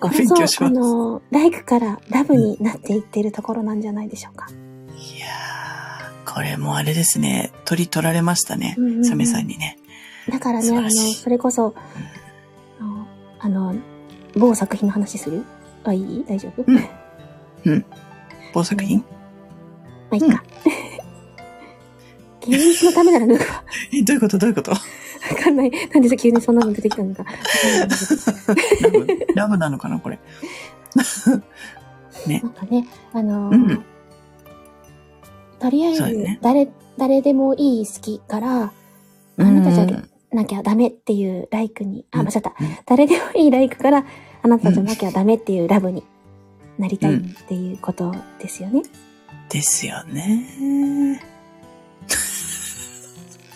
Speaker 1: こ
Speaker 2: 勉強
Speaker 1: れ
Speaker 2: し
Speaker 1: ぞ、
Speaker 2: ま
Speaker 1: あ
Speaker 2: す
Speaker 1: の、ライクからラブになっていってるところなんじゃないでしょうか。
Speaker 2: いやー、これもあれですね。取り取られましたね
Speaker 1: うんうんう。ん
Speaker 2: サメさんにね。
Speaker 1: だからね、
Speaker 2: 素
Speaker 1: あ
Speaker 2: 晴
Speaker 1: の、
Speaker 2: らしい
Speaker 1: それこそ、あのあの、某作品の話するあ、いい大丈夫、
Speaker 2: うん
Speaker 1: ま
Speaker 2: 某作品
Speaker 1: あ、いいか。 芸術のためなら脱ぐわ。
Speaker 2: え、どういうことどういうこと
Speaker 1: わかんない。なんでさ、急にそんなの出てきた のか。わかんない
Speaker 2: ラブラブなのかなこれ。
Speaker 1: なんかね、あの、
Speaker 2: うん
Speaker 1: とりあえ
Speaker 2: そう
Speaker 1: ず、
Speaker 2: だね
Speaker 1: 誰、誰でもいい好きから、
Speaker 2: う
Speaker 1: あなたじゃ
Speaker 2: ん。
Speaker 1: なきゃダメっていうライクに、あ、
Speaker 2: うん
Speaker 1: 間違った
Speaker 2: うん。
Speaker 1: 誰でもいいライクから、あなたじゃなきゃダメっていうラブになりたいっていうことですよね。
Speaker 2: ですよね。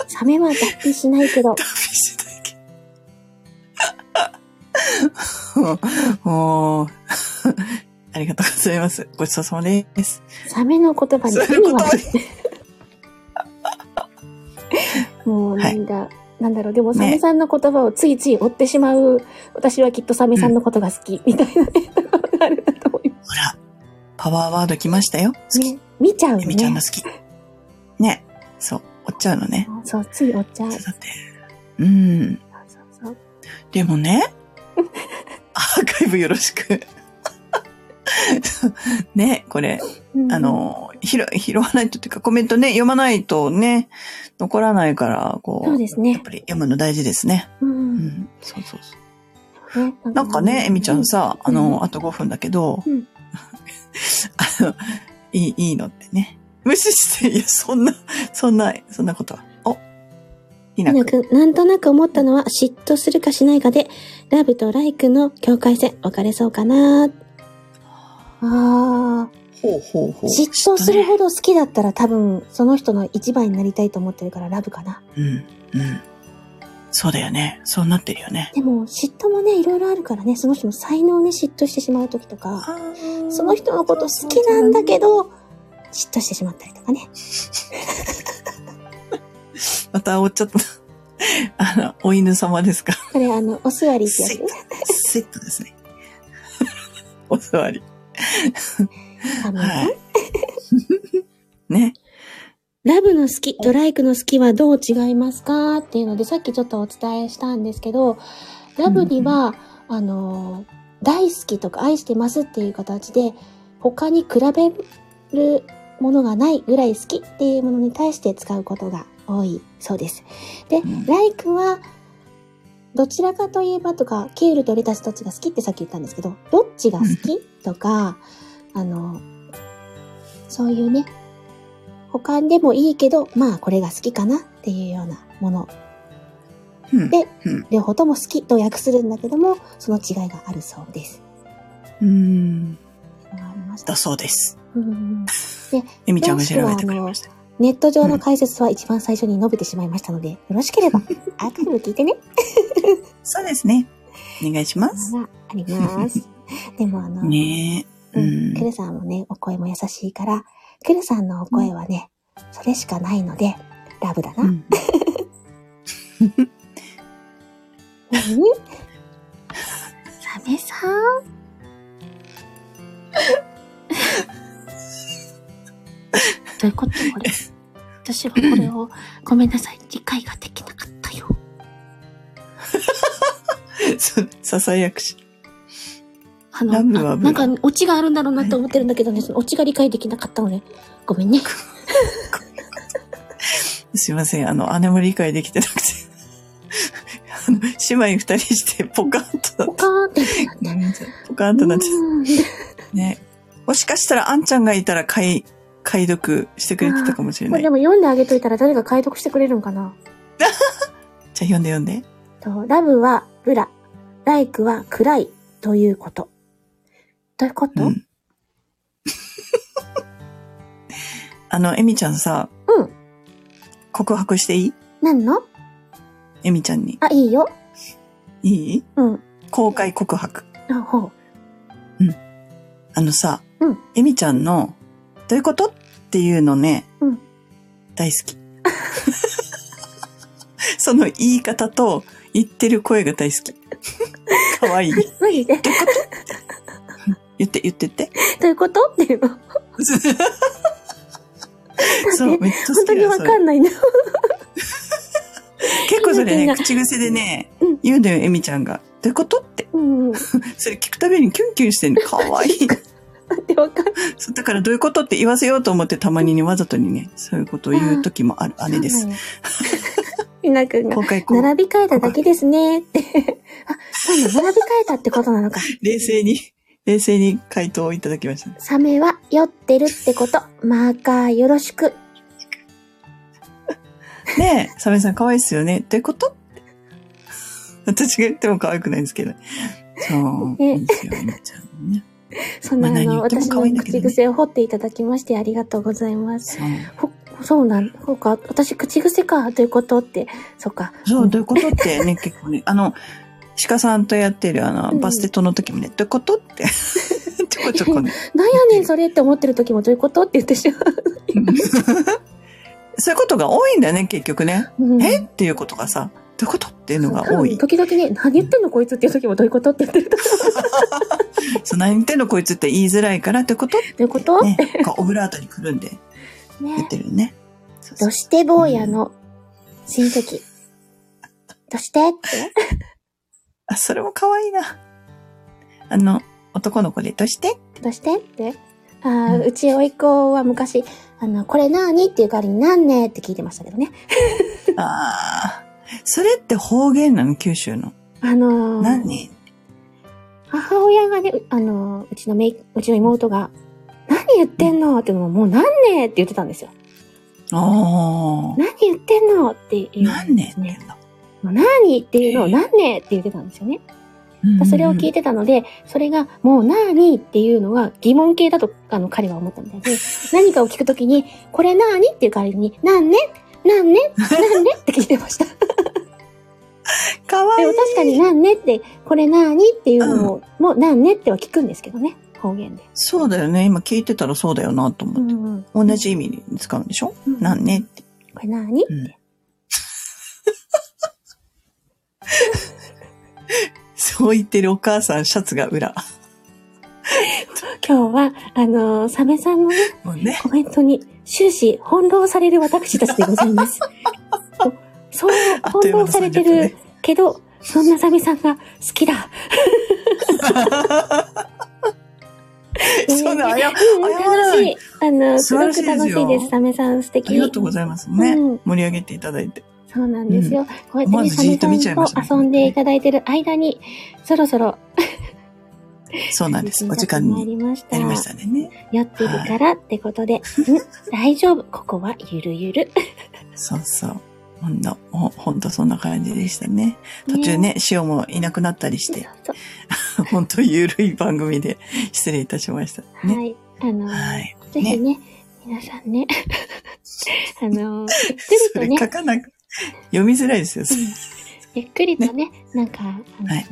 Speaker 1: サメは脱皮しないけ ど、
Speaker 2: ダメしてないけど。 もう、ありがとうございます。ごちそうさまです。
Speaker 1: サメの言葉に
Speaker 2: そういう
Speaker 1: 意味
Speaker 2: 言葉
Speaker 1: は
Speaker 2: に、
Speaker 1: もうなんか、なんだろう、でもサ
Speaker 2: ね
Speaker 1: メさんの言葉をついつい追ってしまう、私はきっとサメさんのことが好き、みたいなね、ところがあるなと思いま
Speaker 2: ほら、パワーワード来ましたよ。好
Speaker 1: す。
Speaker 2: き。
Speaker 1: ね、見ちゃう
Speaker 2: え
Speaker 1: よ
Speaker 2: みちゃんの
Speaker 1: ね。
Speaker 2: 好き。ね。そう。追っちゃうのね。
Speaker 1: そう、つい追っちゃう。
Speaker 2: そう
Speaker 1: そう
Speaker 2: だって。うん。
Speaker 1: そうそう。
Speaker 2: でもね。 アーカイブよろしく。 ね、これ、
Speaker 1: うん
Speaker 2: あ、の、拾、拾わないとっていうか、コメントね、読まないとね、残らないから、こう、
Speaker 1: そうです
Speaker 2: や
Speaker 1: ね
Speaker 2: っ。ぱり読むの大事ですね。
Speaker 1: う。
Speaker 2: うんん、そうそうそう。
Speaker 1: ね
Speaker 2: なんかね、えみちゃん、さ、あ
Speaker 1: う
Speaker 2: の、あと5分だけど、
Speaker 1: うん
Speaker 2: あの、いい、いいのってね。無視して、いや、そんな、そんな、そんなことは。お、いな
Speaker 1: なん
Speaker 2: く。
Speaker 1: かなんとなく思ったのは嫉妬するかしないかで、ラブとライクの境界線分かれそうかな。ああ、
Speaker 2: ほうほうほう。
Speaker 1: 嫉妬するほど好きだったら多分その人の一番になりたいと思ってるからラブかな。
Speaker 2: うん、うん。そうだよね。そうなってるよね。
Speaker 1: でも嫉妬もね、いろいろあるからね、その人の才能に嫉妬してしまう時とか、その人のこと好きなんだけど、嫉妬してしまったりとかね。
Speaker 2: またおっちゃった。 あの、お犬様ですか。
Speaker 1: これあの、お座りってや
Speaker 2: セ
Speaker 1: つ
Speaker 2: ット。セットですね。 お座り。
Speaker 1: 多分
Speaker 2: はい。 ね。
Speaker 1: ラブの好きとライクの好きはどう違いますかっていうので、さっきちょっとお伝えしたんですけど、ラブには、あの、大好きとか愛してますっていう形で、他に比べるものがないぐらい好きっていうものに対して使うことが多いそうです。で
Speaker 2: ん、
Speaker 1: ライクは、どちらかといえばとか、キュールとレタスどっちが好きってさっき言ったんですけど、どっちが好きとか、あの、そういうね、他でもいいけど、まあこれが好きかなっていうようなもの。
Speaker 2: うん
Speaker 1: で
Speaker 2: うん
Speaker 1: 両方とも好きと訳するんだけども、その違いがあるそうです。
Speaker 2: うん。
Speaker 1: ありました
Speaker 2: だ。そうです。
Speaker 1: うんうんうん
Speaker 2: えみちゃんが調べてくれました。
Speaker 1: ネット上の解説は一番最初に述べてしまいましたので、よろしけれ ばアーカイブ聞いてね。
Speaker 2: そうですね。お願いします。
Speaker 1: があります。でもあの、
Speaker 2: ねえ。
Speaker 1: う、
Speaker 2: うんん
Speaker 1: ク。ルさんもね、お声も優しいから、クルさんのお声はね、それしかないので、ラブだな。
Speaker 2: う
Speaker 1: うん
Speaker 2: ん
Speaker 1: サメさん どういうことこれ。私はこれを、ごめんなさい、理解ができなかったよ。
Speaker 2: そう ささやくし。
Speaker 1: あの、
Speaker 2: ラブは
Speaker 1: あ
Speaker 2: ブラ
Speaker 1: なんか、オチがあるんだろうなと思ってるんだけどね、そのオチが理解できなかったのね。ごめん ね。
Speaker 2: すいません。あの、姉も理解できてなくて。 あの、姉妹二人してポカンと
Speaker 1: ポカーンってなって。
Speaker 2: ポカンとなっちゃっ
Speaker 1: うん
Speaker 2: たね。もしかしたら、あんちゃんがいたら解、解読してくれてたかもしれ
Speaker 1: こ
Speaker 2: な
Speaker 1: れ
Speaker 2: い。
Speaker 1: でも読んであげといたら誰が解読してくれるんかな
Speaker 2: じゃあ読んで読んで。
Speaker 1: と、ラブはブラ、ライクは暗いということ。どういうこと
Speaker 2: う
Speaker 1: うん
Speaker 2: ん。 あの、エミちゃんさ、告白していい
Speaker 1: 何の
Speaker 2: エミちゃんに。
Speaker 1: あ、いいよ。
Speaker 2: いい
Speaker 1: うん。
Speaker 2: 公開告白。
Speaker 1: あ、ほう。
Speaker 2: あのさ、
Speaker 1: うん
Speaker 2: エミちゃんの、どういうことっっていうのね、
Speaker 1: うん
Speaker 2: 大好き。 その言い方と言ってる声が大 好き。かわいい。
Speaker 1: マジで
Speaker 2: 言って、言ってって。
Speaker 1: どういうことっていう。本
Speaker 2: そう、めっちゃ好
Speaker 1: 当
Speaker 2: き
Speaker 1: に
Speaker 2: だ
Speaker 1: わ
Speaker 2: そ
Speaker 1: か
Speaker 2: れ。
Speaker 1: んないな。
Speaker 2: 結構それ
Speaker 1: みん
Speaker 2: ね、
Speaker 1: なが
Speaker 2: 口癖でね
Speaker 1: うん、
Speaker 2: 言うんだよ、エミちゃんが。どういうことって。
Speaker 1: うんうん。だ
Speaker 2: それ聞くたびにキュンキュンしてんの。かわいい。
Speaker 1: ってわかんない。
Speaker 2: そうだからどういうことって言わせようと思ってたまにね、わざとにね、そういうことを言う時もある姉です。。
Speaker 1: ひなくんが
Speaker 2: 今。回こう、
Speaker 1: 並び替えただけですねって。あ、そうなの並び替えたってことなのか。
Speaker 2: 冷静に、冷静に回答をいただきました。
Speaker 1: サメは酔ってるってこと。マーカーよろしく。
Speaker 2: ねえ、サメさん可愛いっすよね。ってこと私が言っても可愛くないんですけど。そう。
Speaker 1: ね
Speaker 2: いいですよ、エミちゃんね。
Speaker 1: そんな、あ
Speaker 2: まあ
Speaker 1: の、
Speaker 2: 何言って
Speaker 1: 私
Speaker 2: も可愛いん
Speaker 1: の
Speaker 2: だけど
Speaker 1: 口
Speaker 2: ね
Speaker 1: 癖を掘っていただきましてありがとうございます。
Speaker 2: そう。
Speaker 1: ほ、そうなん、そうか、私口癖か、ということって、そうか。
Speaker 2: そう、どういうことってね、結構ね、あの、鹿さんとやってるあ
Speaker 1: う
Speaker 2: の、
Speaker 1: ん
Speaker 2: バステットの時もね、どういうことって、 ちょこちょこね。
Speaker 1: なんやねん、それって思ってる時もどういうことって言ってしま
Speaker 2: そういうことが多いんだよね、結局ね。
Speaker 1: う。うん
Speaker 2: えっていうことがさ、どういうことっていうのが多い。
Speaker 1: 時々ね、何言ってんのこいつっていう時もどういうことって言ってると。ど
Speaker 2: そう、何言ってんのこいつって言いづらいからってこと
Speaker 1: ういうこと
Speaker 2: ね、こうオブラートにくるんで言
Speaker 1: ね
Speaker 2: ってるよね。そうそ
Speaker 1: ど
Speaker 2: う
Speaker 1: して坊やの親戚。どしてって
Speaker 2: あ、それも可愛いな。あの、男の子で、どうして
Speaker 1: どしてってあーうち、甥いっ子は昔、あの、これなーにっていう代わりになんねーって聞いてましたけどね。
Speaker 2: ああ。それって方言なの、九州の。
Speaker 1: あのー
Speaker 2: 何
Speaker 1: 母親がね、うあのーうちのめい、うちの妹が、何言ってんのっていうのも、もうなんねーって言ってたんですよ。
Speaker 2: ああ。
Speaker 1: 何言ってんのっていう、
Speaker 2: 何年って
Speaker 1: ね
Speaker 2: んだ
Speaker 1: もう何っていうのを何ねって言ってたんですよね。それを聞い
Speaker 2: て。
Speaker 1: てたので、それがもう何っていうのは疑問形だと、あの、彼は思ったみたい で、何かを聞くときに、これ何っていう代わりに、なんねなんねなんねって聞いてました。 で
Speaker 2: かわいい
Speaker 1: も。確かになんねって、これ何っていうのを、もうなんねっては聞くんですけどね、方言で。
Speaker 2: そうだよね。今聞いてたらそうだよなと思って。同じ意味に使うんでしょ
Speaker 1: うん
Speaker 2: 何年って。
Speaker 1: これ何
Speaker 2: うん。そう言ってるお母さん、シャツが裏。
Speaker 1: 今日は、あのーサメさんのね、
Speaker 2: もうね。
Speaker 1: コメントに終始翻弄される私たちでござい ます。そう、
Speaker 2: あっとい
Speaker 1: 翻
Speaker 2: う
Speaker 1: 弄
Speaker 2: 間の
Speaker 1: され
Speaker 2: 3
Speaker 1: て
Speaker 2: 0
Speaker 1: る
Speaker 2: ね。
Speaker 1: けど、そんなサメさんが好きだ。
Speaker 2: そんなあ
Speaker 1: う
Speaker 2: や、
Speaker 1: ん
Speaker 2: 謝
Speaker 1: 楽
Speaker 2: らな
Speaker 1: しい
Speaker 2: い。
Speaker 1: あの、す
Speaker 2: 素
Speaker 1: ごく
Speaker 2: 晴らしいですよ
Speaker 1: 楽しいです。サメさん素敵。
Speaker 2: ありがとうございますね。
Speaker 1: うん
Speaker 2: 盛り上げていただいて。
Speaker 1: そうなんですよ。こうやって
Speaker 2: 思わ
Speaker 1: ね、
Speaker 2: ず
Speaker 1: サ
Speaker 2: じー
Speaker 1: メ
Speaker 2: っと見ち
Speaker 1: さ
Speaker 2: ゃいました
Speaker 1: ん
Speaker 2: ね
Speaker 1: と遊んでいただいてる間に、そろそろ、
Speaker 2: そうなんです。お時間
Speaker 1: にな
Speaker 2: に
Speaker 1: りました。
Speaker 2: なりましたね。
Speaker 1: 酔ってるからってことで、ん大丈夫。ここはゆるゆる。
Speaker 2: そうそう。ほんと、ほほんとそんな感じでしたね。途中ね、塩もいなくなったりし
Speaker 1: そう
Speaker 2: て、
Speaker 1: そう。
Speaker 2: ほんとゆるい番組で 失礼いたしました。ね。
Speaker 1: はい。あの、
Speaker 2: はい。
Speaker 1: ぜひね、皆さん ね、あの、ゆっ
Speaker 2: そ
Speaker 1: くり
Speaker 2: れ
Speaker 1: とね、
Speaker 2: 書かなく、読みづらいですよ。
Speaker 1: ゆっくりとね、なんか、あの
Speaker 2: はい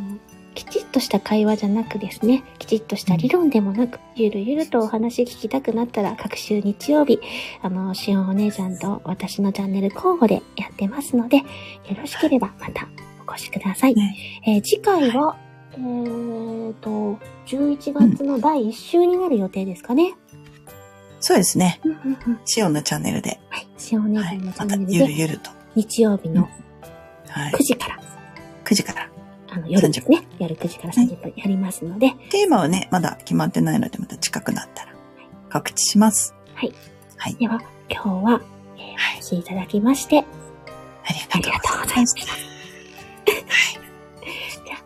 Speaker 1: きちっとした会話じゃなくですね、きちっとした理論でもなく、ゆるゆるとお話聞きたくなったら、各週日曜日、あの、しおんお姉ちゃんと私のチャンネル交互でやってますので、よろしければまたお越しください。
Speaker 2: ね
Speaker 1: えー次回は、えーと、11月の第1週になる予定ですかね。
Speaker 2: そうですね。
Speaker 1: うんうんうん
Speaker 2: シオンのチャンネルで。
Speaker 1: はい。しおんお姉ち
Speaker 2: は
Speaker 1: ゃ
Speaker 2: い。
Speaker 1: んの
Speaker 2: ま
Speaker 1: チャン
Speaker 2: た
Speaker 1: ネル
Speaker 2: ゆる
Speaker 1: で、
Speaker 2: ゆると。
Speaker 1: 日曜日の
Speaker 2: はい
Speaker 1: 9。時から、
Speaker 2: 9時から。
Speaker 1: あの、夜ですね。夜9時から30分やりますので、
Speaker 2: テーマはね、まだ決まってないので、また近くなったら告知します。
Speaker 1: では、今日は、えーお越しいただきまして、
Speaker 2: あり
Speaker 1: あ
Speaker 2: が
Speaker 1: り
Speaker 2: とう
Speaker 1: が
Speaker 2: ご
Speaker 1: とう
Speaker 2: ざ
Speaker 1: ござ
Speaker 2: い
Speaker 1: い
Speaker 2: ま。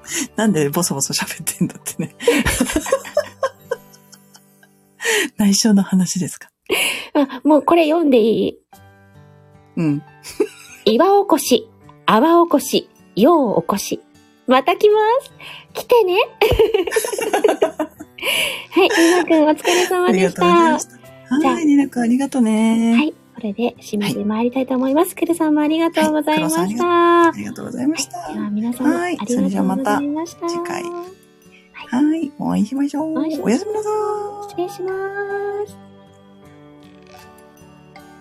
Speaker 1: ます
Speaker 2: なんでボソボソ喋ってんだって ね。内緒の話ですか
Speaker 1: あ、もうこれ読んでいい
Speaker 2: うん。
Speaker 1: 岩起こし、泡起こし、陽起こし。また来ます来て ねはい、みなくんお疲れ
Speaker 2: あ
Speaker 1: 様
Speaker 2: り
Speaker 1: で
Speaker 2: が
Speaker 1: し
Speaker 2: とうござい
Speaker 1: た。
Speaker 2: ました。
Speaker 1: じゃあ
Speaker 2: はい、ニナ君ありがとうね。
Speaker 1: はい、これで締めて参りたいと思います。くるさんもありがとうございました。
Speaker 2: ありがとうございました。
Speaker 1: では皆さんもあ
Speaker 2: は
Speaker 1: り
Speaker 2: い
Speaker 1: がとうございました。
Speaker 2: それ次回
Speaker 1: 失
Speaker 2: はい、お会いしましょう
Speaker 1: お会いしましょう。
Speaker 2: おやすみなさーい。
Speaker 1: 礼します。